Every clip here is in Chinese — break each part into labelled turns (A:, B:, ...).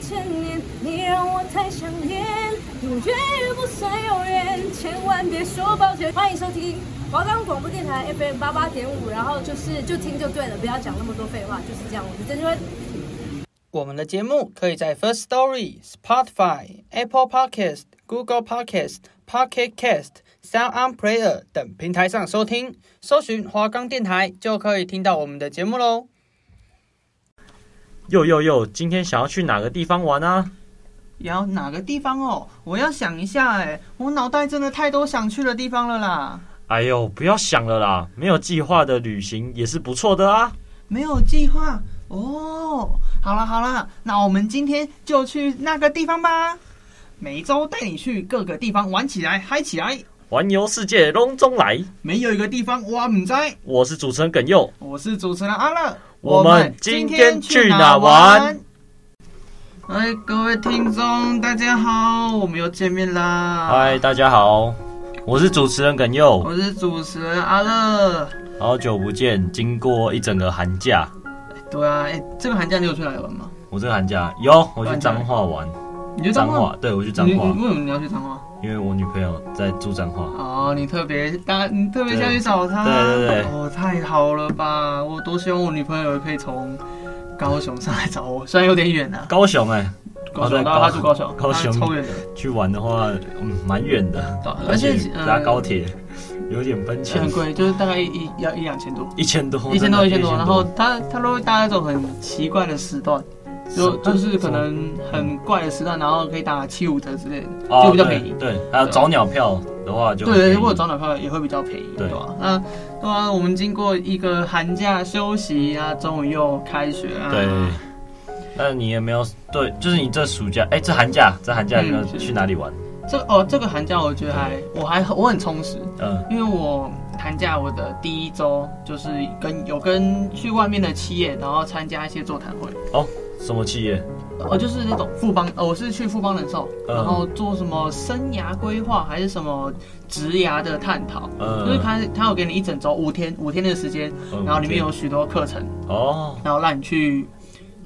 A: 千年，你让我太想念，永远不算永远，千万别说抱歉。欢迎收听华冈广播电台 FM 八八点五，然后就是就听就对了，不要讲那么多废话，就是这样。我是郑钧。
B: 我们的节目可以在 First Story、Spotify、Apple Podcast、Google Podcast、Pocket Cast、Sound On Player 等平台上收听，搜寻华冈电台就可以听到我们的节目喽。
C: 哟哟哟，今天想要去哪个地方玩啊？
D: 也要哪个地方哦？我要想一下哎，我脑袋真的太多想去的地方了啦。
C: 哎呦，不要想了啦，没有计划的旅行也是不错的啊。
D: 没有计划哦。好啦好啦，那我们今天就去那个地方吧。每周带你去各个地方玩起来，嗨起来！
C: 环游世界隆中来，
D: 没有一个地方我唔知。
C: 我是主持人耿佑。
D: 我是主持人阿乐。
C: 我们今天去哪玩？
D: 哎，各位听众，大家好，我们又见面啦！
C: 嗨，，大家好，我是主持人耿佑，
D: 我是主持人阿乐。
C: 好久不见。经过一整个寒假，
D: 对啊，哎，这个寒假你有出来玩吗？
C: 我这个寒假有我去彰化玩，
D: 你去
C: 彰
D: 彰化？
C: 化，对我去彰
D: 你
C: 化
D: 你，为什么你要去彰化？
C: 因为我女朋友在住彰化。
D: 哦，你特别大，你特别想去找他。
C: 对对对
D: 哦，太好了吧！我多希望我女朋友也可以从高雄上来找我，虽然有点远啊。
C: 高雄哎、
D: 高
C: 对
D: 雄，
C: 高
D: 她住高雄，
C: 高雄
D: 她超远的。
C: 去玩的话，嗯，蛮远的，
D: 对
C: 而
D: 而且
C: 且
D: 呃
C: 搭高铁有点奔
D: 钱
C: 钱
D: 很，贵，就是大概一一要一两千多，
C: 一千多，
D: 一千
C: 哦真
D: 多
C: 的
D: 一千多。然后他他都会搭那种很奇怪的时段，就就是可能很怪的时段，然后可以打七五折之类的，
C: 哦
D: 就比较便宜。啊
C: 对，对还有早鸟票的话就
D: 对
C: 很便宜
D: 如果早鸟票也会比较便宜，
C: 对
D: 对吧、那对啊，我们经过一个寒假休息啊，终于又开学啊。
C: 对。那你也没有对，就是你这暑假，哎，这寒假，这寒假
D: 嗯
C: 你要
D: 是
C: 去哪里玩？
D: 这哦，这个寒假我觉得还我还我很充实，
C: 嗯，
D: 因为我寒假我的第一周就是跟有跟去外面的企业，然后参加一些座谈会，
C: 什么企业？
D: 呃，就是那种富邦，呃，我是去富邦人寿，
C: 嗯
D: 然后做什么生涯规划还是什么职涯的探讨，
C: 嗯
D: 就是他他有给你一整周五天五天的时间，
C: 嗯
D: 然后里面有许多课程，
C: 哦，
D: 然后让你去，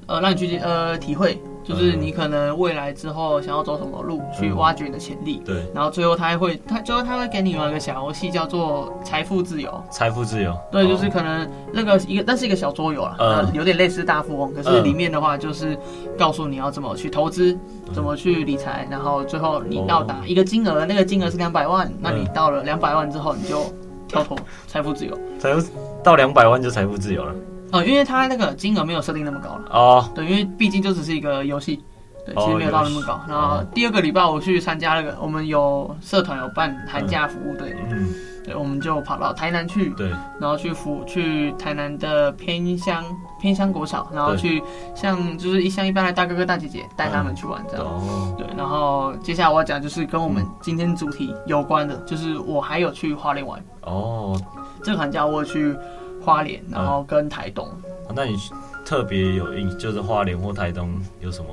D: 呃，让你去呃体会，就是
C: 嗯
D: 你可能未来之后想要走什么路，去
C: 嗯
D: 挖掘你的潜力。
C: 对，
D: 然后最后他还会，他最后他会给你玩一个小游戏，叫做财富自由。
C: 财富自由，
D: 对，就是
C: 哦
D: 可能那个一个，那是一个小桌游啦，
C: 嗯
D: 呃，有点类似大富翁，可是
C: 嗯
D: 里面的话就是告诉你要怎么去投资，
C: 嗯
D: 怎么去理财，然后最后你
C: 哦
D: 到达一个金额，那个金额是两百万，那你到
C: 嗯
D: 了两百万之后你就跳脱财富自由。
C: 财富到两百万就财富自由了。
D: 哦，因为他那个金额没有设定那么高了。
C: 哦，
D: 对，因为毕竟就只是一个游戏，对，
C: 哦
D: 其实没有到那么高。
C: 游戏
D: 然后第二个礼拜我去参加那个，我们有社团有办寒假服务队，
C: 嗯，
D: 对，我们就跑到台南去，
C: 对，
D: 然后去服去台南的偏乡偏乡国小，然后
C: 对
D: 去像就是一像一般的大哥哥大姐姐带他们去玩这样。
C: 哦，
D: 对，啊然后接下来我要讲就是跟我们今天主题有关的，就是我还有去花莲玩，
C: 哦，
D: 这个寒假我有去花莲，然后跟台东。
C: 那你特别有印，就是花莲或台东有什么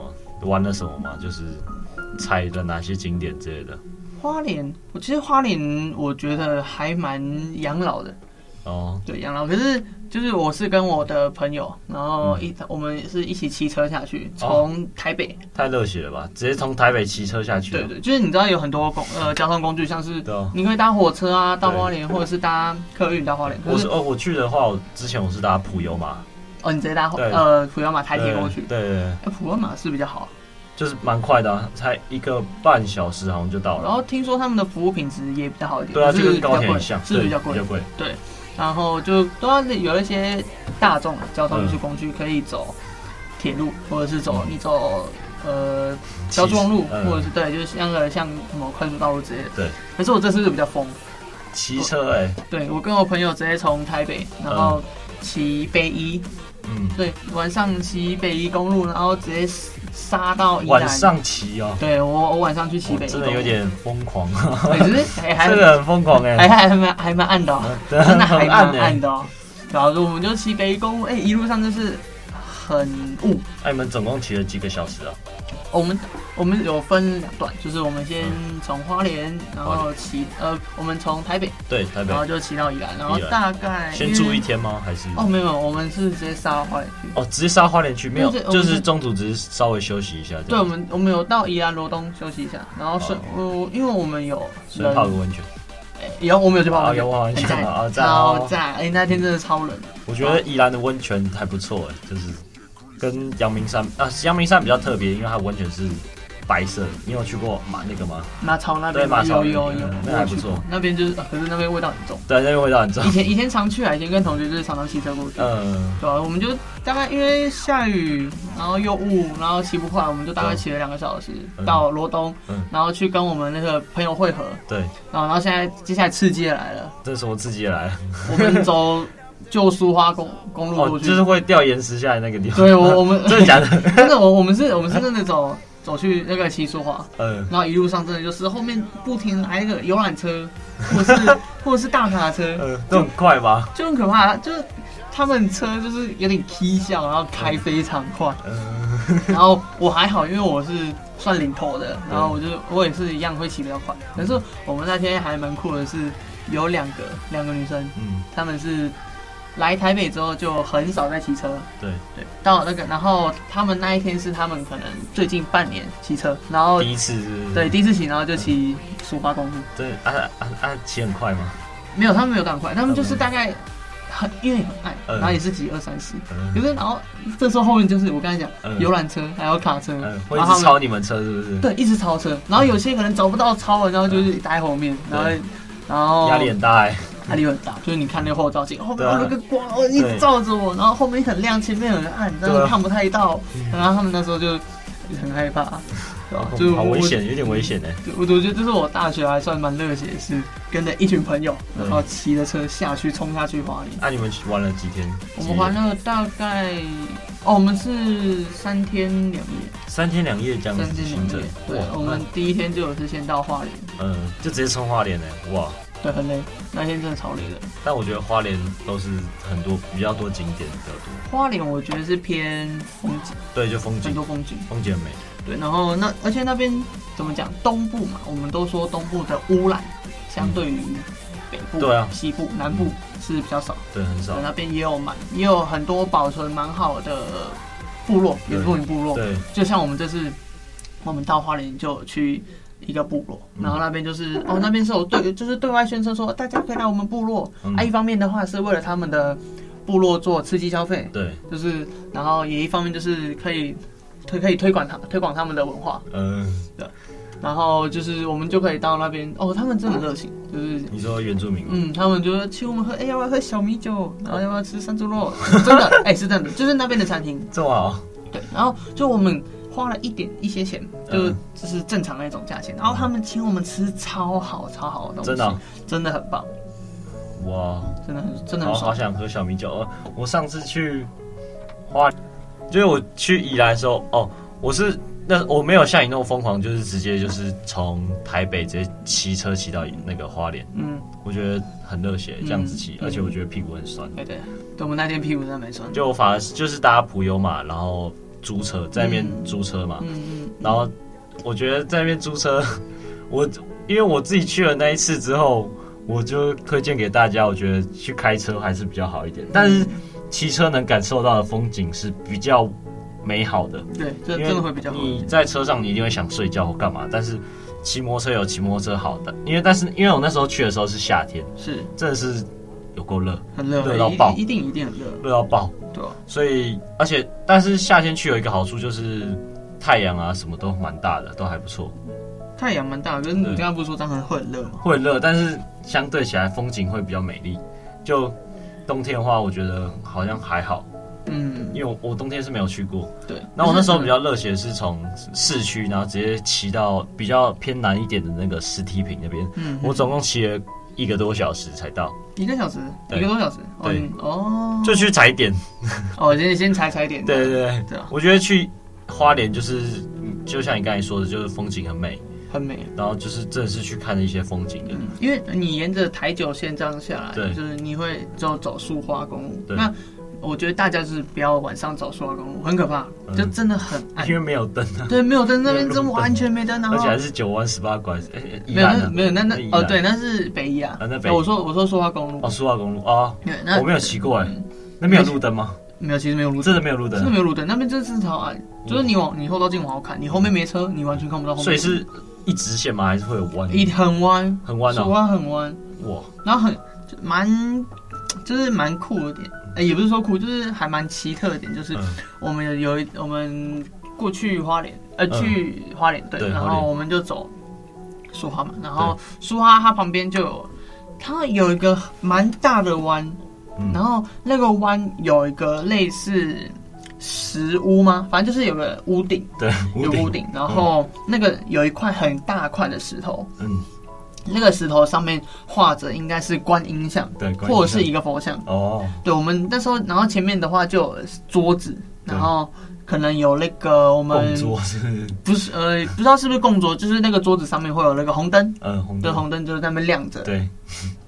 C: 玩了什么吗？就是踩了哪些景点之类的？
D: 花莲，我其实花莲我觉得还蛮养老的，
C: 哦，
D: 对养老。可是就是我是跟我的朋友，然后一、我们是一起骑车下去，从台北，
C: 太热血了吧！直接从台北骑车下去。啊
D: 对对，就是你知道有很多公呃交通工具，像是
C: 对啊
D: 你可以搭火车啊到
C: 对
D: 花莲，或者是搭客运到花莲。可
C: 我是
D: 是
C: 哦，我去的话，我之前我是搭普悠嘛，
D: 哦，你直接搭火
C: 对
D: 呃普悠玛台铁过去，
C: 对对对，
D: 哎普悠玛是比较好。
C: 就是蛮快的、啊，才一个半小时好像就到
D: 然
C: 了。
D: 后听说他们的服务品质也比较好一点，
C: 对啊，
D: 可
C: 就是跟
D: 哦比较
C: 高铁
D: 贵，
C: 很像，
D: 是
C: 对
D: 比较贵
C: 比较。贵。
D: 然后就都要有一些大众的交
C: 嗯
D: 通运输工具可以走铁路，或者是走你走呃高速公路，
C: 嗯
D: 或者是对，就是像个像什么快速道路之类的。
C: 对。
D: 可是我这次就比较疯，
C: 骑车哎、
D: 对我跟我朋友直接从台北，然后骑北一，
C: 嗯，
D: 对，晚上骑北一公路，然后直接杀到宜兰。
C: 晚。上骑哦，
D: 对我，我晚上去骑
C: 我
D: 北一
C: 真
D: 公路，
C: 的有点疯狂，
D: 对，只 是还还
C: 真的很疯狂哎、
D: 还还还蛮还蛮暗的、哦。
C: 真的
D: 真的还
C: 很暗
D: 蛮
C: 哎、
D: 暗的哦。然后我们就骑北宜公路，哎、一路上就是很雾。
C: 哎、你们总共骑了几个小时啊？
D: 我们我们有分两段，就是我们先从花莲，然后骑呃，我们从台北，
C: 对，台北
D: 然后就骑到宜兰，然后
C: 宜兰
D: 大概
C: 先住一
D: 因为
C: 天吗？还是
D: 哦，没有，没有我们是直接杀到花莲去。
C: 哦，直接杀花莲去，没有
D: 对，对
C: 就
D: 我
C: 是
D: 们
C: 中途只是稍微休息一下这
D: 对，我
C: 样，
D: 们我们有到宜兰罗东休息一下，然后是
C: 哦
D: 我、因为我们有
C: 所
D: 人
C: 以泡个温泉，
D: 有我们有去泡
C: 啊
D: 温
C: 有
D: 泉，
C: 泡温泉
D: 很赞
C: 啊，赞
D: 超
C: 哦！
D: 赞！哎、那天真的超冷，
C: 我觉得宜兰的温泉还不错哎，就是跟阳明山啊，阳明山比较特别，因为它温泉是白色的。你有去过马那个吗？
D: 马槽那边
C: 对马槽
D: 有有有，
C: 嗯
D: 我
C: 那还
D: 有去
C: 不错
D: 过那边就是，呃可是那边味道很重。
C: 对，那边味道很重
D: 以。前以前常去啊，以前跟同学就是常常骑车过去。
C: 嗯，
D: 对啊，我们就大概因为下雨，然后又雾，然后骑不快，我们就大概
C: 嗯
D: 骑了两个小时、
C: 嗯
D: 到罗东、
C: 嗯
D: 然后去跟我们那个朋友会合，
C: 对，
D: 然后然后现在接下来刺激也来了，
C: 这是我自己也来了，
D: 我们走旧苏花公公路
C: 哦，
D: 过去，
C: 就是会掉岩石下来那个地 方。
D: 对我 我们
C: 真 的假的？
D: 真的我我们是我们是真的走走去那个骑苏花，
C: 嗯，
D: 然后一路上真的就是后面不停来那个游览车，或者是或者是大卡车，
C: 呃，都很快吧？
D: 就很可怕，啊就是他们车就是有点踢笑，然后开非常快。呃
C: 嗯，
D: 然后我还好，因为我是算领头的，
C: 呃
D: 然后我就我也是一样会骑比较快。可是我们那天还蛮酷的是，有两个两个女生，
C: 嗯，
D: 她们是来台北之后就很少在骑车，
C: 对，
D: 对，到那个，然后她们那一天是她们可能最近半年骑车，然后
C: 第一次是不是
D: 哦对第一次骑，然后就骑苏花公路，
C: 对啊啊啊，骑很快吗？
D: 没有，她们没有赶快，她们就是大概很因为很矮，
C: 嗯
D: 然后也是骑二三十。
C: 嗯
D: 可是，然后这时候后面就是我刚才讲
C: 嗯
D: 游览车，还有卡车，
C: 嗯，会
D: 然
C: 一
D: 后他
C: 直
D: 们
C: 超你们车是不是？
D: 对，一直超车，然后有些可能找不到超了，然后就是待在后面，然后
C: 对
D: 然后
C: 嗯压力很大哎。
D: 压力很大，就是你看那个后照镜，后面
C: 对啊
D: 有那个光哦一直照着我，然后后面很亮，前面很暗，但
C: 对
D: 是
C: 啊
D: 看不太到，然后他们那时候就很害 怕，对吧
C: 好
D: 就是
C: 哦好
D: 我
C: 危。险，有点危险哎。
D: 我我觉得这是我大学还算蛮热血，是跟着一群朋友，
C: 对
D: 然后骑着车下去冲下去花莲。
C: 啊那、你们玩了几天？
D: 我
C: 几
D: 们
C: 夜
D: 玩了大概哦，我们是三天两夜，
C: 三天两夜这样子
D: 三天
C: 行程
D: 两夜。。对
C: 哇，
D: 我们第一天就有是先到花莲，
C: 那嗯、就直接冲花莲哎、哇！
D: 对，很累，那天真的超累的。
C: 但我觉得花莲都是很多比较多景点比较多，
D: 花莲我觉得是偏风景，
C: 对，就风
D: 很
C: 景
D: 多风景。
C: 风景很美，
D: 对，然后那而且那边怎么讲，东部嘛，我们都说东部的污染相对于北部、
C: 对啊嗯
D: 西部、南部是比较少，
C: 对，很少
D: 对，，那边也有蛮也有很多保存蛮好的部落，
C: 对
D: 原住民部落。
C: 对，
D: 就像我们这次，我们到花莲就有去一个部落，
C: 嗯
D: 然后那边就是哦，那边是有对，就是对外宣称说哦大家可以来我们部落。
C: 嗯
D: 啊，一方面的话是为了他们的部落做刺激消费，
C: 对，
D: 就是然后也一方面就是可以推可以推广他推广他们的文化，
C: 嗯、
D: 然后就是我们就可以到那边哦，他们真的很热情，就是。
C: 你说原住民吗，
D: 嗯，他们就说请我们喝，哎、要不要喝小米酒？然后要不要吃山猪肉？真的，哎、是真的，就是那边的餐厅，
C: 这么好，
D: 对，然后就我们花了一点一些钱，就、
C: 嗯
D: 就是正常那种价钱，然后他们请我们吃超好超好的东西，
C: 真的哦
D: 真的很棒，
C: 哇，
D: 真的很真的
C: 好
D: 很
C: 好
D: 爽。
C: 想喝小米酒。哦我上次去花，就是我去宜兰的时候，哦，我是那我没有像你那么疯狂，就是直接就是从台北直接骑车骑到那个花莲，
D: 嗯，
C: 我觉得很热血，这样子骑，
D: 嗯
C: 而且我觉得屁股很酸。
D: 对对，对我们那天屁股真的没酸。
C: 就我反而是就是搭普悠嘛，然后租车在那边
D: 嗯
C: 租车嘛，
D: 嗯嗯，
C: 然后我觉得在那边租车， 我因为我自己去了那一次之后，我就推荐给大家，我觉得去开车还是比较好一
D: 嗯
C: 点，但是骑车能感受到的风景是比较美好的，
D: 嗯对，这
C: 因
D: 真的会比较
C: 为
D: 好。
C: 你在车上你一定会想睡觉或干嘛，但是骑摩托车有骑摩托车好的，因为但是因为我那时候去的时候是夏天，
D: 是
C: 真的是有够热，
D: 很热，
C: 热到爆
D: 一一定一定很热，
C: 热到爆。
D: 对啊
C: 所以，而且，但是夏天去有一个好处就是太阳啊，什么都蛮大的，都还不错。
D: 太阳蛮大的，可是你
C: 对
D: 刚刚不是说当然会很热吗？
C: 会热，但是啊相对起来风景会比较美丽。就冬天的话，我觉得好像还好，
D: 嗯，
C: 因为我我冬天是没有去过。
D: 对。
C: 那我那时候比较热血，是从市区，然后直接骑到比较偏南一点的那个石梯坪那边。
D: 嗯，嗯，
C: 我总共骑了一个多小时才到，
D: 一个小时，
C: 对
D: 一个多小时，哦
C: 对
D: 你哦，
C: 就去踩点。
D: 哦，先先踩踩点，
C: 对对，对，
D: 对啊，
C: 我觉得去花莲就是，嗯就像你刚才说的，就是风景很美。
D: 很美。
C: 然后就是正式去看一些风景的。
D: 嗯，因为你沿着台九线这样下来，
C: 对
D: 就是你会就走树花公路。
C: 对
D: 那我觉得大家就是不要晚上走苏澳公路，很可怕，
C: 嗯
D: 就真的很暗
C: 因。为没有灯啊，
D: 对，没有灯那边
C: 没有路
D: 真
C: 灯
D: 完全没灯，然
C: 而
D: 后
C: 且还是九弯十八拐，哎、哎
D: 哦
C: 宜
D: 没有
C: 兰
D: 那
C: 啊
D: 没有那那
C: 宜兰
D: 哦对，那是北一啊
C: 啊那。北
D: 哎我说我说苏澳公路
C: 哦，，苏澳公路啊、
D: 对，那
C: 我没有骑过哎、那没有路灯吗？
D: 没有，其实没有路灯
C: 真，的没有路
D: 真的
C: 灯，啊
D: 没有路灯，那边真的是超暗，就是你往你后照镜往后看，你后面没车，你完全看不到后面。
C: 所以是一直线吗？还是会有弯？
D: 一很弯，
C: 很弯
D: 手
C: 哦，
D: 腕很弯，
C: 哇，
D: 然后很就蛮就是蛮酷的点，哎，也不是说酷，就是还蛮奇特的点，就是
C: 嗯
D: 我们有有一我们过去花莲，呃，
C: 嗯
D: 去花莲对，
C: 对
D: 然
C: 花
D: 后
C: 莲
D: 我们就走苏花嘛，然后苏花它旁边就有。它有一个蛮大的湾，
C: 嗯
D: 然后那个湾有一个类似石屋吗？反正就是有个屋顶，
C: 对，
D: 有屋顶，然后那个有一块很大块的石头，
C: 嗯，
D: 那个石头上面画着应该是观音像，
C: 对，观音
D: 或者是
C: 像
D: 一个佛像。
C: 哦，
D: 对，我们那时候，然后前面的话就有桌子，
C: 对
D: 然后可能有那个我们
C: 供桌是不是
D: 不是呃不知道是不是供桌，就是那个桌子上面会有那个红灯，
C: 嗯红
D: 对，
C: 灯
D: 红灯就是在那边亮着。
C: 对，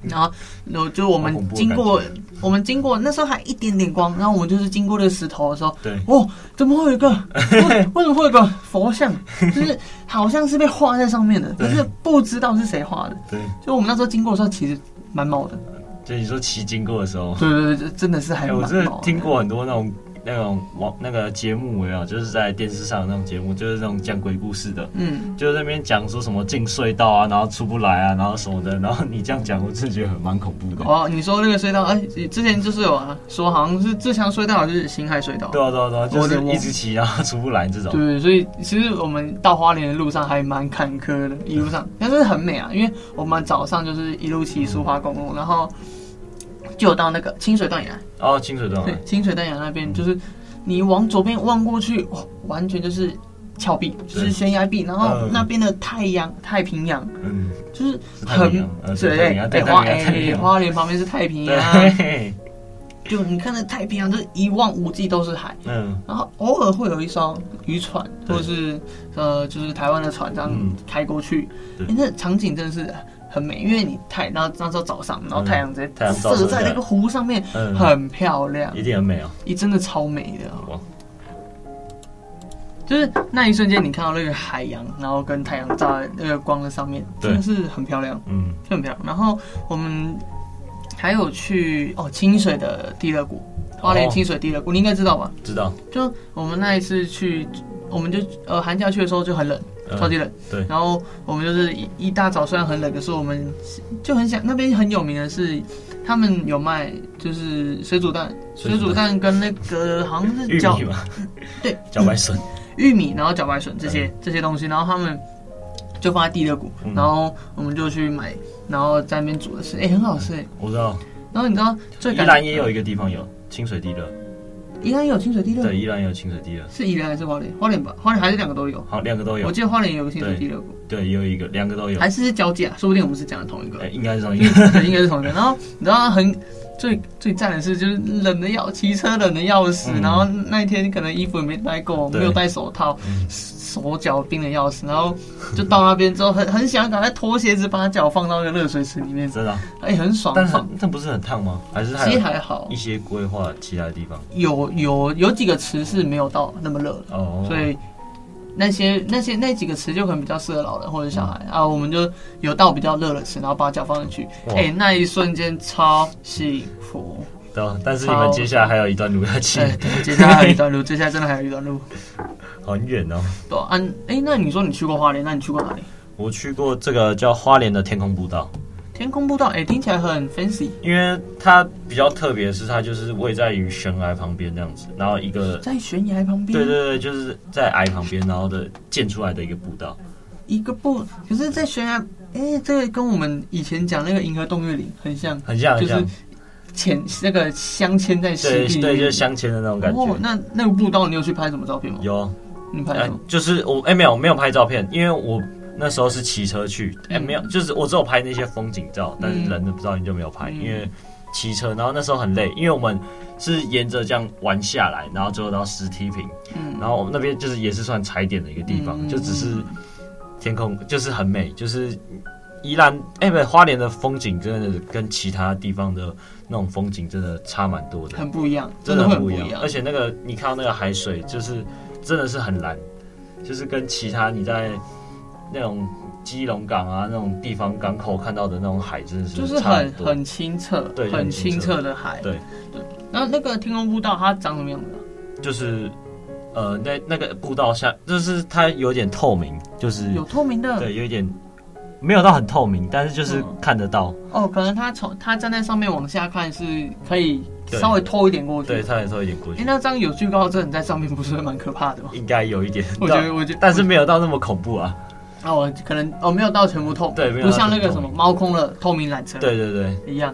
D: 然后，然后就我
C: 好恐
D: 们
C: 怖的
D: 经过
C: 感觉，
D: 我们经过那时候还一点点光，然后我们就是经过那个石头的时候，
C: 对
D: 哦，怎么会有一个？ 为为什么会有一个佛像？就是好像是被画在上面的，
C: 对
D: 但是不知道是谁画的。
C: 对，
D: 就我们那时候经过的时候，其实蛮毛的。
C: 就你说骑经过的时候，
D: 对对对，真的是还
C: 哎，
D: 蛮
C: 我
D: 毛的
C: 真的听过很多那种那种网那个节目有没有？就是在电视上的那种节目，就是那种讲鬼故事的，
D: 嗯，
C: 就是那边讲说什么进隧道啊，然后出不来啊，然后什么的，然后你这样讲，我真的觉得很蛮恐怖的。
D: 哦，你说那个隧道，哎、之前就是有啊，说好像是自强隧道还是辛亥隧道。
C: 对啊对啊对啊，就
D: 我得
C: 是
D: 忘
C: 一直骑然后出不来这种。
D: 对，所以其实我们到花莲的路上还蛮坎坷的，一路上，但是很美啊，因为我们早上就是一路骑苏花公路，然后就有到那个清水断崖，
C: 哦，清水洞啊
D: 对，清水断崖那边就是你往左边望过去，哇，完全就是峭壁，就是悬崖壁，然后
C: 嗯
D: 那边的太阳太平洋
C: 嗯，
D: 就是
C: 是太
D: 很
C: 平洋，呃，
D: 对
C: 对，太平洋，
D: 哎
C: 对，太
D: 花
C: 平洋，太平
D: 哎
C: 洋，
D: 花莲旁边是太平洋，
C: 对，
D: 就你看那太平洋，就是一望无际都是海。
C: 嗯，
D: 然后偶尔会有一艘渔船，
C: 对
D: 或者是呃，就是台湾的船这样
C: 嗯
D: 开过去，
C: 对
D: 诶那场景真的是很美，因为你太那那时候早上，然后
C: 嗯
D: 太阳直接
C: 太阳照
D: 射
C: 射下
D: 在
C: 来
D: 那个湖上面，
C: 嗯
D: 很漂亮，
C: 一定很美哦。
D: 咦，真的超美的
C: 哇
D: 哦。就是那一瞬间，你看到那个海洋，然后跟太阳照在那个光的上面，
C: 对
D: 真的是很漂亮，
C: 嗯，
D: 很漂亮。然后我们还有去哦清水的地热谷，花莲
C: 哦
D: 清水地热谷，你应该知道吧？
C: 知道，
D: 就我们那一次去，我们就呃寒假去的时候就很冷，
C: 嗯
D: 超级冷。
C: 对
D: 然后我们就是一一大早虽然很冷，可是我们就很想那边很有名的是，他们有卖就是水煮蛋，
C: 水
D: 水
C: 煮蛋
D: 煮蛋跟那个好像是
C: 玉
D: 茭
C: 米 嘛，
D: 对
C: 茭白笋，
D: 玉米，然后茭白笋这些、这些东西，然后他们就放在地热谷，
C: 嗯
D: 然后我们就去买，然后在那边煮的吃，哎、很好吃哎、
C: 我知道，
D: 然后你知道最
C: 宜
D: 感
C: 兰也有一个地方有清水地热，
D: 宜兰也有清水地热谷
C: 对，，宜兰也有清水地热，
D: 是宜兰还是花莲？花莲吧，花莲还是两个都有。
C: 好，两个都
D: 我
C: 有，
D: 记得花莲有个清水地热谷。
C: 对，也有一个，两个都有，
D: 还是是交界啊，说不定我们是讲的同一个
C: 哎，，应该是同一个，
D: 对应该是同一个。然后你知道很最最赞的是，就是冷的要骑车冷的要死，
C: 嗯
D: 然后那一天可能衣服也没带够，
C: 对
D: 没有戴手套，
C: 嗯
D: 手脚冰的要死，然后就到那边之后很很想赶快脱鞋子，把脚放到那个热水池里面，
C: 真的啊，
D: 哎，很爽
C: 但是
D: 放。
C: 但不是很烫吗？还是还
D: 其实
C: 有
D: 还好
C: 一，些规划其他的地方
D: 有有有几个池是没有到那么热的，
C: 哦，
D: 所以那些那些那几个词就可能比较适合老人或者小孩、
C: 嗯
D: 啊，我们就有到比较热的词，然后把脚放进去，
C: 哇
D: 哎、那一瞬间超幸福。
C: 对啊，但是你们接下来还有一段路要骑
D: 哎、， 对接下来还有一段路，接下来真的还有一段路。
C: 很远哦。
D: 对啊，嗯哎、那你说你去过花莲，那你去过哪里？
C: 我去过这个叫花莲的天空步道，
D: 天空步道，哎、听起来很 fancy，
C: 因为它比较特别，是它就是位在于悬崖旁边这样子，然后一个
D: 在悬崖旁边，
C: 对对对，就是在崖旁边，然后的建出来的一个步道，
D: 一个步，可是，在悬崖，哎、这个跟我们以前讲那个银河洞月岭很像，
C: 很像很
D: 就
C: 像
D: 是，前那个镶嵌在石
C: 对
D: 壁里
C: 对，就是
D: 面。
C: 镶嵌的那种感
D: 哦，
C: 觉。
D: 那那个步道你有去拍什么照片吗？
C: 有，
D: 你拍
C: 哎
D: 什么？，
C: 就是我哎没有没有拍照片，因为我那时候是骑车去，哎
D: 嗯
C: 没有，就是我只有拍那些风景照，但是
D: 嗯
C: 人的照片就没有拍，
D: 嗯
C: 因为骑车，然后那时候很累，因为我们是沿着这样玩下来，然后最后到石梯坪，
D: 嗯
C: 然后我们那边就是也是算踩点的一个地方，
D: 嗯
C: 就只是天空就是很美，就是宜兰哎，不是花莲的风景真的是跟其他地方的那种风景真的差蛮多的，
D: 很不一样，
C: 真
D: 的
C: 的
D: 会
C: 很
D: 很
C: 不
D: 不
C: 一样。而且那个你看到那个海水，就是真的是很蓝，就是跟其他你在那种基隆港啊那种地方港口看到的那种海，真的
D: 就是是
C: 差很
D: 很
C: 多。
D: 很清澈，
C: 对
D: 很
C: 很
D: 清
C: 清
D: 澈
C: 澈
D: 的海。
C: 对
D: 对。那那个天空步道它长什么样子啊？
C: 就是呃，那那个步道下，就是它有点透明，就是
D: 有透明的
C: 嗯对，有一点没有到很透明，但是就是
D: 嗯
C: 看得到，
D: 哦，可能它从它站在上面往下看是可以
C: 对
D: 稍微透一点过去。
C: 对，差点说有点过
D: 哎、
C: 去，
D: 那张有惧高症在上面不是会蛮可怕的吗？
C: 应该有一点，
D: 我觉得，我觉得，
C: 但是没有到那么恐怖啊。
D: 那我可能哦没有到全部透，
C: 对没有
D: 不
C: 到
D: 像那个
C: 全部
D: 什
C: 透
D: 么猫空了透明缆车，
C: 对对对，
D: 一样。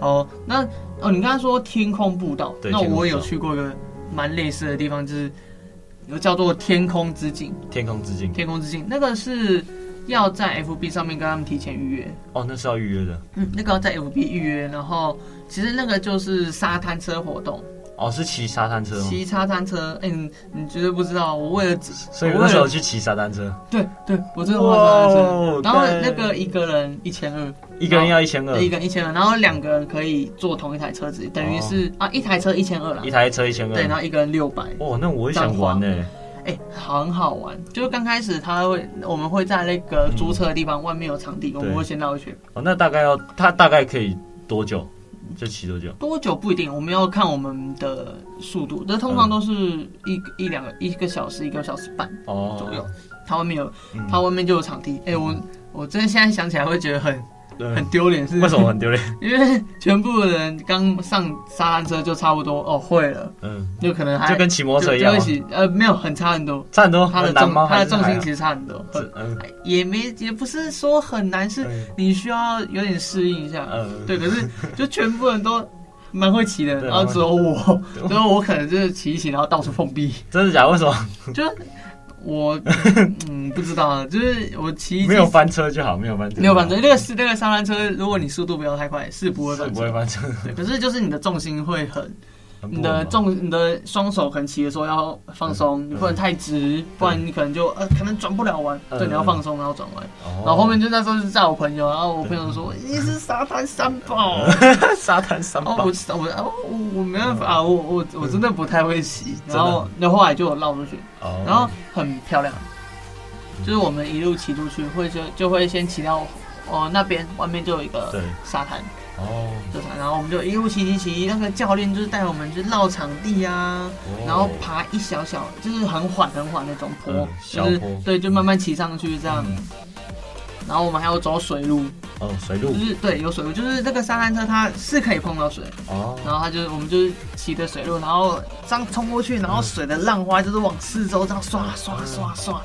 D: 哦，那哦，你刚刚说天空步道，
C: 对
D: 那
C: 天空步
D: 我
C: 道
D: 有去过一个蛮类似的地方，就是有叫做天空之境。
C: 天空之境
D: 天空之境那个是要在 FB 上面跟他们提前预约，
C: 哦，那是要预约的
D: 嗯，那个要在 FB 预约，然后其实那个就是沙滩车活动，
C: 哦，是骑沙滩车吗？
D: 骑沙滩车。哎、你你绝对不知道，我为了
C: 所以我那时候去骑沙滩车，
D: 对对，我真的画沙滩车
C: 哇，
D: 然后
C: 干嗯
D: 那个一个人一千二。
C: 一个人要一千二
D: 对，，一个人一千二，然后两个人可以坐同一台车子，等于是、
C: 哦
D: 啊，一台车一千二啦
C: 一。台车一千
D: 对，然
C: 二。
D: 后一个人六百，
C: 哇，那我也想玩呢、
D: 哎，很好玩。就是刚开始他会，我们会在那个租车的地方、外面有场地，我们
C: 对
D: 会先绕一圈。
C: 哦，那大概要它大概可以多久？就骑多久？
D: 多久不一定，我们要看我们的速度，这通常都是一、
C: 嗯
D: 一两个一个小时一个小时半
C: 哦，
D: 左右。它外面有，
C: 嗯
D: 它外面就有场地。哎、我我真的现在想起来会觉得很
C: 对
D: 很丢脸，是
C: 嗯 为什么？很丢脸？
D: 因为全部的人刚上沙滩车就差不多哦会了，
C: 嗯，
D: 就可能还
C: 就跟骑摩托车一样
D: 哎就
C: 吗
D: 一，起呃没有很差很多，
C: 差很多。
D: 它的
C: 很难
D: 重
C: 吗？
D: 它
C: 还
D: 的
C: 是
D: 重
C: 还
D: 心
C: 好
D: 其实差很多，很
C: 是嗯
D: 也没也不是说很难，是
C: 嗯
D: 你需要有点适应一下。
C: 嗯
D: 对，可是就全部人都蛮会骑的，
C: 对
D: 然后只有我，
C: 对
D: 只有我可能就是骑一骑，然后到处碰 壁，
C: 真的假的？为什么
D: 就是我嗯不知道啊，就是我骑一骑
C: 没有翻车就好？没有翻车，
D: 没有反正那个是那个沙滩车，如果你速度不要太快，是不会
C: 是
D: 翻
C: 不会
D: 车。
C: 翻 车。
D: 对，可是就是你的重心会很，
C: 很哦不
D: 你
C: 稳啊嗯
D: 的
C: 吧
D: 重你的双手可能骑的时候要放松，你不能太直，不然你可能就呃可能转不了弯。
C: 嗯
D: 对，你要
C: 嗯
D: 放松，然后转弯。
C: 哦
D: 然后后面就那时候是载我朋友，然后我朋友说你是沙滩三宝，
C: 沙滩三
D: 哦，
C: 宝嗯
D: 我，知道我哦我我没办法，我我我真的不太会骑，
C: 真的
D: 然后那后来就有绕出去，
C: 哦
D: 然后很漂亮，就是我们一路骑出去，会就就会先骑到哦那边外面就有一个
C: 对
D: 沙滩，
C: 哦，
D: 这沙滩，然后我们就一路骑骑骑，那个教练就是带我们去绕场地啊，
C: 哦
D: 然后爬一小小就是很缓很缓那种坡
C: 嗯，小
D: 就是
C: 坡
D: 对，就慢慢骑上去这样
C: 嗯，
D: 然后我们还要走水路，
C: 哦水路
D: 就是对有水路，就是这个沙滩车它是可以碰到水。
C: 哦，
D: 然后他就是我们就是骑着水路，然后这样冲过去，然后水的浪花就是往四周这样刷刷刷刷，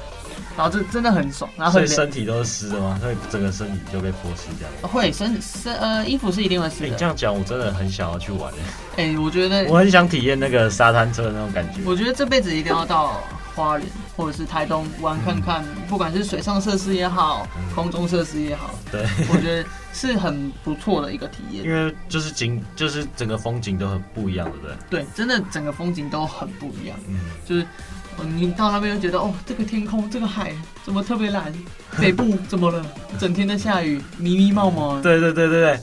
D: 然后这真的很爽，然后
C: 所以
D: 很
C: 身体都是湿的嘛，所以整个身体就被泼湿这样。
D: 会身身呃衣服是一定会湿
C: 哎，你这
D: 的。
C: 样讲，我真的很想要去玩 诶，
D: 哎、我觉得
C: 我很想体验那个沙滩车的那种感觉。
D: 我觉得这辈子一定要到花莲或者是台东玩看看，不管是水上设施也好，
C: 嗯
D: 空中设施也好，
C: 对，
D: 我觉得是很不错的一个体验。
C: 因为就是景，就是整个风景都很不一样，对不对？
D: 对，真的整个风景都很不一样。
C: 嗯，
D: 就是呃你到那边就觉得哦，这个天空，这个海怎么特别 蓝？北部怎么了？整天在下雨，迷迷冒冒。，
C: 对对对对对，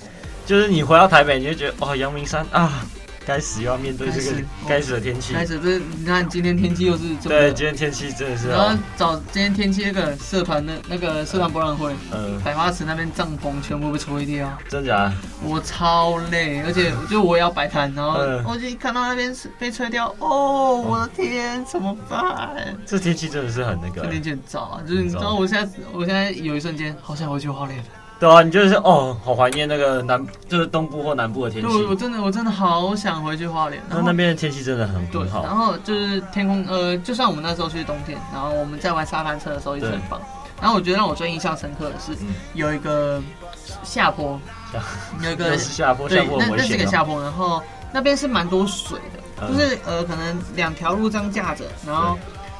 C: 就是你回到台北，你就觉得哦，阳明山啊，该死又要面对这
D: 该死
C: 个该死的天气。
D: 开始这你看今天天气又是这么
C: 对，
D: 热。
C: 今天天气真的是，啊
D: 然后找今天天气那个社团的那个社团博览会，
C: 嗯，
D: 百花池那边帐篷全部被吹掉，
C: 真假的？
D: 我超累，而 且就我也要摆摊，然后
C: 嗯
D: 我就一看到那边是被吹掉，哦，我的天，怎么办？
C: 这天气真的是很那个
D: 这
C: 欸。
D: 天气很糟啊，就是你知道
C: 很糟
D: 我现在我现在有一瞬间好想回去花莲。
C: 对啊，你就是哦，好怀念那个南，就是东部或南部的天
D: 对，
C: 气
D: 我我。真的我真的好想回去花莲，
C: 那
D: 然后
C: 那边的天气真的很
D: 对，
C: 很
D: 然
C: 好，
D: 后就是天空，呃，就算我们那时候去冬天，然后我们在玩沙滩车的时候也是很棒。然后我觉得让我最印象深刻的是
C: 嗯
D: 有一个下 坡
C: 下，
D: 有一
C: 又
D: 个
C: 是下坡，下
D: 对，
C: 坡
D: 那
C: 很危
D: 那是个
C: 险
D: 下
C: 哦。
D: 坡，然后那边是蛮多水的，
C: 嗯
D: 就是呃可能两条路这样架着，然后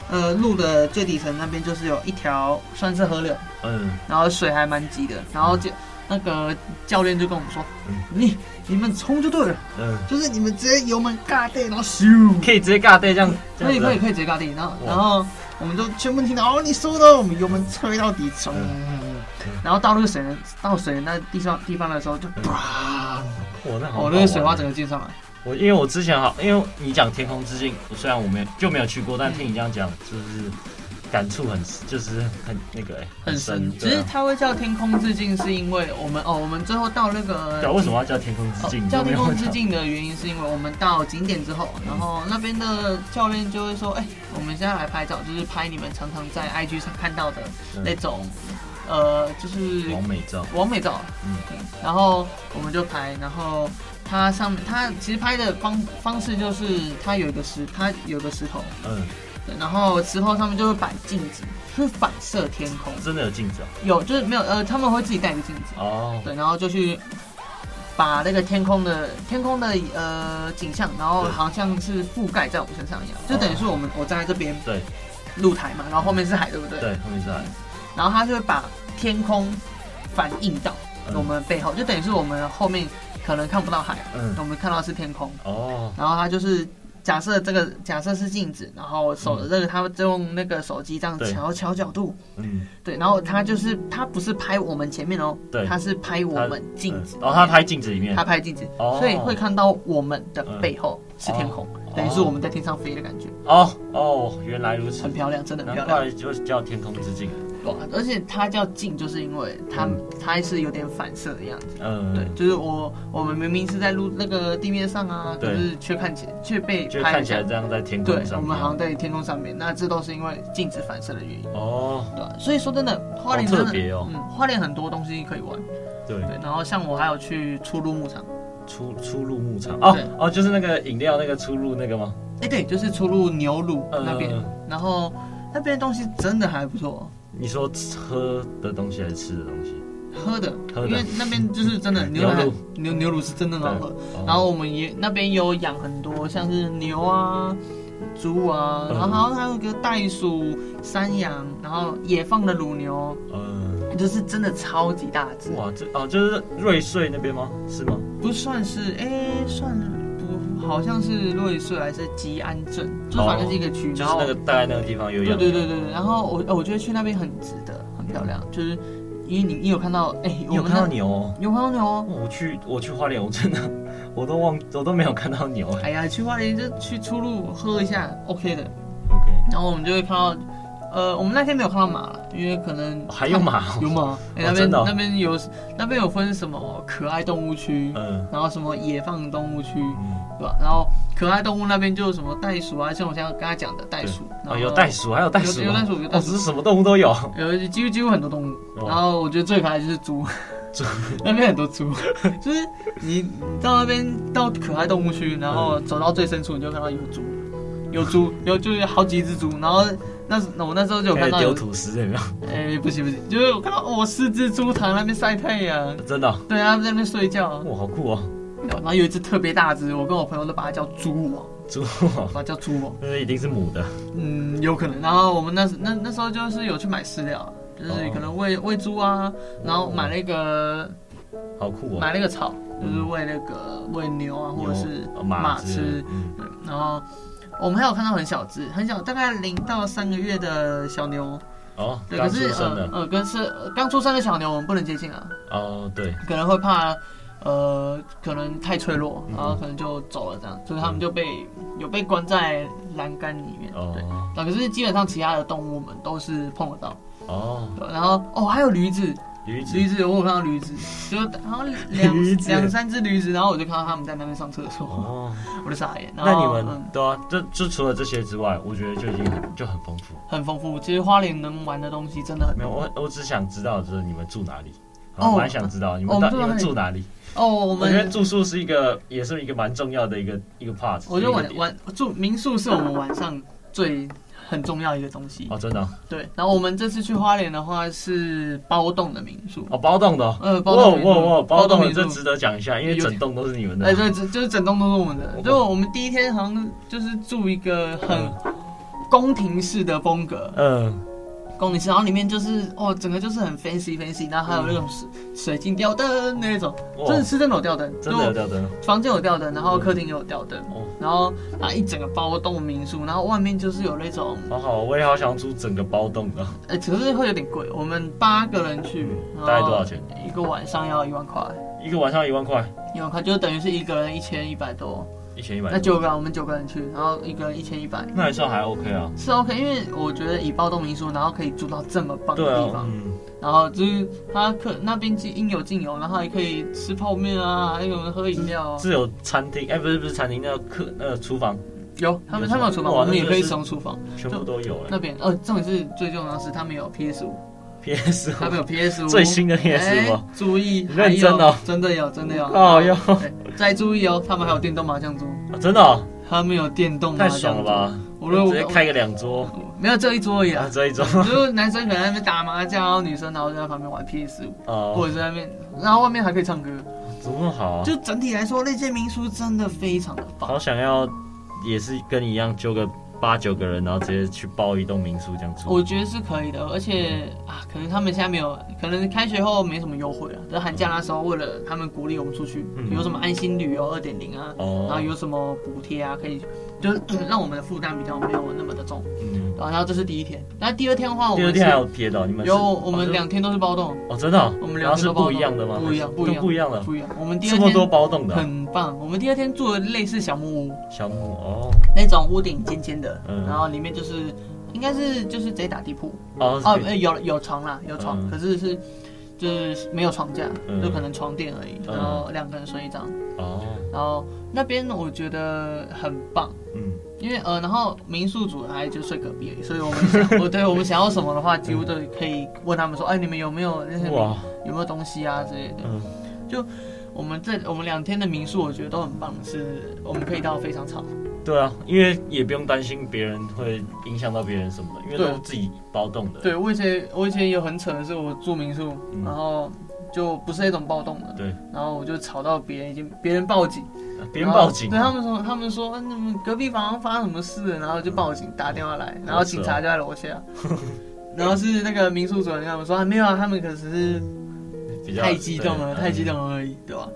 D: 呃路的最底层那边就是有一条算是河流，
C: 嗯，
D: 然后水还蛮急的，然后就。那个教练就跟我们说：“
C: 嗯
D: 你你们冲就对了，
C: 嗯，
D: 就是你们直接油门尬地，然后咻，
C: 可以直接尬对这样，
D: 可以
C: 这
D: 可
C: 样
D: 以
C: 子啊
D: 可以直接尬地，然后
C: 哇
D: 然后我们就全部听到哦，你说的，我们油门吹到底，冲，
C: 嗯
D: 然后到那个水源到水源那地上地方的时候，就
C: 嗯
D: 啪，
C: 我那好好玩
D: 哦，那个水花整个溅上来。
C: 我因为我之前好，因为你讲天空之境，虽然我没就没有去过，但听你这样讲，就是感触很就是很那个、欸、
D: 很神。其
C: 对
D: 实
C: 啊
D: 它会叫天空致敬，是因为我们哦，我们最后到那个
C: 对啊，为什么要叫天空之
D: 哦
C: 境？
D: 叫天空
C: 都没有
D: 致
C: 讲，
D: 敬的原因，是因为我们到景点之后，然后那边的教练就会说，哎、我们现在来拍照，就是拍你们常常在 IG 上看到的那种，呃，就是
C: 王美照，
D: 完美照，
C: 嗯
D: 嗯，然后我们就拍，然后它上面它其实拍的方方式就是它有一个石，它有个石头，
C: 嗯，
D: 对然后石头上面就会摆镜子，是反射天空，
C: 真的有镜子
D: 有就是没有呃，他们会自己带一个镜子，
C: 哦，哦，
D: 对，然后就去把那个天空的天空的呃景象，然后
C: 对
D: 好像是覆盖在我们身上一样，就等于是我们我站在这边
C: 哦对
D: 露台嘛，然后后面是海，对不对？
C: 对，后面是海，
D: 然后它就会把天空反映到
C: 嗯
D: 我们背后，就等于是我们后面可能看不到海，
C: 嗯
D: 我们看到是天空。
C: 哦，
D: 然后它就是假设这个假设是镜子，然后手的这个它就用那个手机这样
C: 对
D: 调调角度，
C: 嗯，
D: 对，然后它就是它不是拍我们前面哦，
C: 对
D: 它是拍我们镜子
C: 嗯，哦，他拍镜子里面
D: 它，拍镜子，
C: 哦嗯
D: 所以会看到我们的背后是天空，
C: 哦
D: 等于是我们在天上飞的感觉，
C: 哦哦，原来如此
D: 很，漂亮，真的很漂
C: 难
D: 亮。
C: 怪就是叫天空之境，
D: 对啊，而且它叫镜，就是因为它、
C: 嗯
D: 它是有点反射的样子。
C: 嗯，
D: 对，就是我我们明明是在路那个地面上啊，可
C: 对
D: 是却看起却被
C: 就
D: 拍
C: 看起来这样在天
D: 对
C: 空，上面，
D: 我们好像在天空上面，那这都是因为镜子反射的原因。
C: 哦，
D: 对啊、所以说真的，花莲
C: 好特
D: 真的
C: 别哦
D: 嗯，花莲很多东西可以玩。
C: 对，
D: 对，然后像我还有去出入牧场，
C: 出出入牧场，哦
D: 对
C: 哦，就是那个饮料那个出入那个吗？
D: 哎、对，就是出入牛乳
C: 嗯
D: 那边，
C: 嗯
D: 然后那边的东西真的还不错，
C: 你说喝的东西还是吃的东西？
D: 喝的，
C: 喝的嗯
D: 因为那边就是真的牛奶
C: 牛乳
D: 牛牛乳是真的很好喝。
C: 对
D: 然后我们也那边有养很多像是牛啊、猪啊，
C: 嗯
D: 然后还有还有一个袋鼠、山羊，然后也放的乳牛，
C: 嗯，
D: 就是真的超级大只，
C: 哇，这哦，就是瑞穗那边吗？是吗？
D: 不算是哎、算不好像是瑞穗还是吉安镇，就反正是一个区，
C: 哦就是
D: 然后
C: 那个大概那个地方有
D: 对
C: 养，
D: 对对对，对然后我呃我觉得去那边很值得，很漂亮，就是因为你你有看到哎、我
C: 你有
D: 们
C: 看到
D: 那
C: 牛哦？
D: 有看到牛哦，
C: 我去我去花莲，我真的我都忘我都没有看到牛。
D: 哎呀去花莲就去出入喝一下 OK 的，
C: OK，
D: 然后我们就会看到，呃我们那天没有看到马了，因为可能
C: 还有马哦
D: 有马，哎、那
C: 哦
D: 边、
C: 真的哦
D: 那边有那边有分什么可爱动物区，
C: 嗯
D: 然后什么野放动物区，
C: 嗯，
D: 对吧？然后可爱动物那边就有什么袋鼠啊，像我刚刚刚讲的袋鼠，然后
C: 哦有袋，鼠，还有袋鼠哦，
D: 有有袋鼠有袋鼠
C: 哦，只是什么动物都有。
D: 有几乎几乎很多动物。然
C: 哇
D: 后我觉得最可爱的就是猪，
C: 哦猪
D: 那边很多 猪，就是你到那边到可爱动物区，然后走到最深处，你就看到有猪，有 猪，有就是好几只猪，然后那那我那时候就有
C: 可
D: 看
C: 以
D: 到
C: 哦哎丢
D: 有，
C: 吐司有没有？
D: 哎、不行不行，就是我看到我四只猪躺在那边晒太阳，
C: 真的哦，
D: 对啊，在那边睡觉，
C: 哇，好酷哦，
D: 然后有一只特别大只，我跟我朋友都把它叫猪王，
C: 猪哦，
D: 把它叫猪王。
C: 那一定是母的。
D: 嗯，有可能。然后我们那时那那时候就是有去买饲料，就是
C: 哦
D: 可能喂喂猪啊，然后买那个
C: 好酷哦！
D: 买那个草，就
C: 嗯
D: 是喂那个喂牛啊，
C: 牛
D: 或者是
C: 呃
D: 马
C: 马
D: 吃
C: 之。嗯
D: 对，然后我们还有看到很小只，很小，大概零到三个月的小牛。
C: 哦，
D: 对，可
C: 刚出
D: 是
C: 生
D: 呃
C: 的
D: 呃，跟是呃刚出生的小牛，我们不能接近啊，
C: 哦，对，
D: 可能会怕。呃，可能太脆弱，
C: 嗯
D: 然后可能就走了这样，所以他们
C: 嗯
D: 就被有被关在栏杆里面。对，
C: 哦
D: 那可是基本上其他的动物我们都是碰得到。
C: 哦，
D: 对然后哦，还有驴子，
C: 驴子
D: 驴子我有看到驴子，就好像两
C: 驴子
D: 两三只驴子，然后我就看到他们在那边上厕所，
C: 哦，
D: 我就傻眼。然
C: 那你
D: 后
C: 们
D: 嗯
C: 对啊，就就除了这些之外，我觉得就已经很就很丰富。
D: 很丰富，其实花莲能玩的东西真的很
C: 没有，
D: 多。
C: 我我只想知道就是你们住哪里，
D: 哦
C: 我蛮想知道你
D: 我
C: 们
D: 们
C: 到
D: 住
C: 你
D: 哪里
C: 们住哪里。
D: 哦，我
C: 我觉得
D: 们
C: 住宿是一个也是一个蛮重要的一个一个 part。
D: 我觉得
C: 一个
D: 晚
C: 点
D: 晚住民宿是我们晚上最很重要一个东西。
C: 哦，真的哦
D: 对，然后我们这次去花莲的话是包栋的民宿，
C: 哦，包栋的哦，
D: 呃，包栋民宿
C: 哇哇哇，包栋的
D: 民
C: 这
D: 宿
C: 值得讲一下，因为
D: 有
C: 整栋都是你们的。
D: 哎，对，这就是整栋都是我们的。
C: 我
D: 就我们第一天好像就是住一个很宫廷式的风格，
C: 嗯，
D: 供你吃，然后里面就是哦，整个就是很 fancy fancy，然后还有那种水、水晶吊灯那种，
C: 嗯哇
D: 真的是真的有吊灯，
C: 真的有，吊灯，嗯
D: 房间有吊灯，然后客厅也有吊灯，
C: 哦
D: 然后啊一整个包栋民宿，然后外面就是有那种，
C: 好好，我也好想住整个包栋啊的，
D: 呃，可是会有点贵，我们八个人去，然后
C: 大概多少钱？
D: 一个晚上要一万块，
C: 一个晚上一万块，
D: 一万块就等于是一个人一千一百多，
C: 一千一百，
D: 那九个人我们九个人去，然后一个人一千一百。
C: 那还算还 OK 啊，
D: 是 OK，因为我觉得以暴动民宿，然后可以住到这么棒的
C: 对
D: 地
C: 啊
D: 方，，
C: 嗯，
D: 然后就是它可那边既应有尽有，然后还可以吃泡面啊，还有喝饮料啊。
C: 是有餐厅，哎，不是不是餐厅，那个客那个厨房
D: 有，他们
C: 有
D: 他们有厨房，
C: 哇
D: 我们
C: 那
D: 也
C: 真
D: 可
C: 的
D: 以
C: 是
D: 使用厨房。
C: 全部都 有，哎
D: 那边呃，重点是最重要的是他们有 PS 五，
C: ，PS
D: 他们有 PS 五
C: 最新的 PS
D: 哎
C: 五，
D: 注意，
C: 认
D: 还有
C: 真哦
D: 真的有，真的有。
C: 哦哟，
D: 对，再注意哦，他们还有电动麻将桌，
C: 啊真的哦
D: 他们有电动麻
C: 太
D: 将
C: 爽了
D: 桌。
C: 吧，
D: 我如果
C: 直接开个两桌，
D: 没有这一桌而已
C: 然
D: 啊
C: 后，这一桌，
D: 就是男生可能在那边打麻将，然后女生然后就在旁边玩 PS 五。或
C: 哦，
D: 者在那边，然后外面还可以唱歌，
C: 怎么那么好啊？
D: 就整体来说，那间民宿真的非常的棒。
C: 好想要，也是跟你一样揪个八九个人，然后直接去包一栋民宿这样住。
D: 我觉得是可以的，而且啊，可能他们现在没有，可能开学后没什么优惠啊。在寒假那时候，为了他们鼓励我们出去，
C: 嗯
D: 有什么安心旅游二点零啊，
C: 哦
D: 然后有什么补贴啊，可以就是嗯让我们的负担比较没有那么的重。
C: 嗯，
D: 然后这是第一天，那第二天的话，我
C: 第二
D: 们
C: 天还有
D: 是
C: 撇的哦，你们是
D: 有我
C: 哦
D: 们
C: 就
D: 两天都是包栋，
C: 哦，真的哦，
D: 我们
C: 然
D: 两
C: 后
D: 天
C: 是
D: 都包
C: 不
D: 栋
C: 一样的吗？
D: 不一样，
C: 还
D: 不
C: 是
D: 一
C: 都
D: 样，
C: 不一样的，
D: 不一样。我们第
C: 这
D: 二
C: 么多
D: 天
C: 包栋的啊
D: 很棒，我们第二天住的类似小木屋。
C: 小木哦
D: 那种屋顶尖尖的，
C: 嗯
D: 然后里面就是应该是就是直接打地铺
C: 哦
D: 哦，
C: 是
D: 呃有有床啦，有床，
C: 嗯
D: 可是是就是没有床架，
C: 嗯
D: 就可能床垫而已，
C: 嗯
D: 然后两个人睡一张，
C: 哦
D: 然后那边我觉得很棒。
C: 嗯
D: 因为呃，然后民宿主还就睡隔壁而已，所以我们 想，我对我们想要什么的话，几乎都可以问他们说，哎，你们有没有那些
C: 哇
D: 有没有东西啊之类的。
C: 嗯
D: 我们这我们两天的民宿，我觉得都很棒，是我们可以到非常吵，
C: 对啊，因为也不用担心别人会影响到别人什么的，因为
D: 对
C: 都自己包栋的。
D: 对我以前我以前有很扯的是，我住民宿，
C: 嗯
D: 然后就不是那种暴动的，
C: 对，
D: 然后我就吵到别人已经别人报警，
C: 别人报警
D: 然啊后对他们说他们说嗯你们隔壁房发生什么事了，然后就报
C: 嗯
D: 警打电话来，然后
C: 哦
D: 警察就在楼 下，然后是那个民宿主任跟他们说、啊、没有啊，他们可是
C: 比较
D: 太激动了，太激。
C: 嗯对嗯
D: 动了而已，对吧？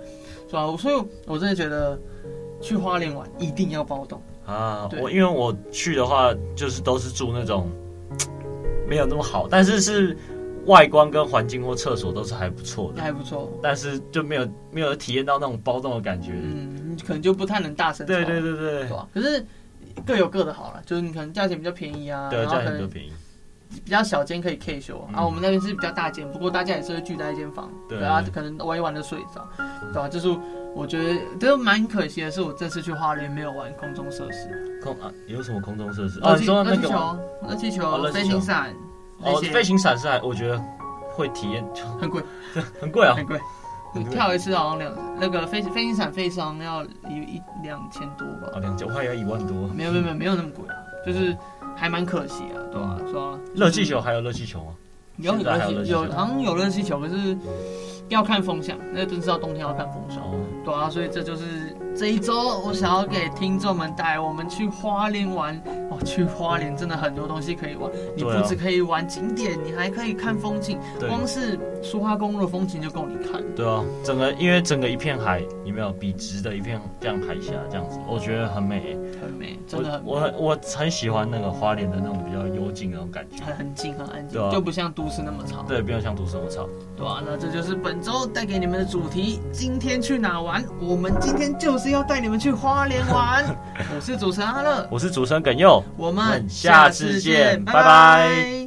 D: 是吧？所以我真的觉得去花莲玩一定要暴动，
C: 啊，
D: 对
C: 我因为我去的话，就是都是住那种没有那么好，但是是外观跟环境或厕所都是还不错
D: 那
C: 的，
D: 还不错，
C: 但是就没有没有体验到那种包栋的感觉。
D: 嗯，你嗯可能就不太能大声吵，
C: 对对对对
D: 对，吧？可是各有各的好了，就是你可能价钱比较便宜啊，
C: 对，
D: 然
C: 这
D: 后
C: 样
D: 可
C: 很多
D: 能
C: 便宜。
D: 比较小间可以 K 修、
C: 嗯
D: 啊。我们那边是比较大间，不过大家也是会聚在一间房，
C: 对
D: 啊，可能玩一玩就睡着，对吧、就是我觉得，这蛮可惜的是，我这次去花莲没有玩空中设施，
C: 空啊，有什么空中设施？哦，你说那
D: 热气
C: 个吗
D: 球、热气
C: 哦
D: 球、
C: 热气球
D: 飞行伞那
C: 哦，
D: 些
C: 飞行伞是还我觉得会体验
D: 很贵，
C: 很贵啊
D: 很，贵。
C: 很
D: 你
C: 贵
D: 跳一次好像两那个飞飞行伞飞上要一一两千多吧？
C: 哦，两千，我还要一万多。
D: 没有没有没有没有那么贵啊，就是还蛮可惜的，对吧、
C: 嗯
D: 啊是吧？
C: 热气球还有热气球啊吗？
D: 有
C: 现在还
D: 热气
C: 有热气球
D: 有好像有热气球，可是要看风向，那真是要冬天要看风向。
C: 哦，
D: 对啊，所以这就是这一周我想要给听众们带来，我们去花莲玩。哇，去花莲真的很多东西可以玩，你不
C: 对啊
D: 只可以玩景点，你还可以看风景，
C: 对
D: 光是苏花公路的风景就够你看。
C: 对啊，整个因为整个一片海，有没有笔直的一片这样海峡这样子，我觉得很美欸、
D: 很美，真的很
C: 我我很我很喜欢那个花莲的那种比较幽静的那种感觉，
D: 很很静，很安静，
C: 对啊
D: 就不像都市那么吵。
C: 对，不用像读生活吵。
D: 对啊，那这就是本周带给你们的主题。今天去哪玩？我们今天就是要带你们去花莲 玩。我是主持人阿乐，
C: 我是主持人耿佑，
D: 我
C: 我
D: 们
C: 们下次见拜拜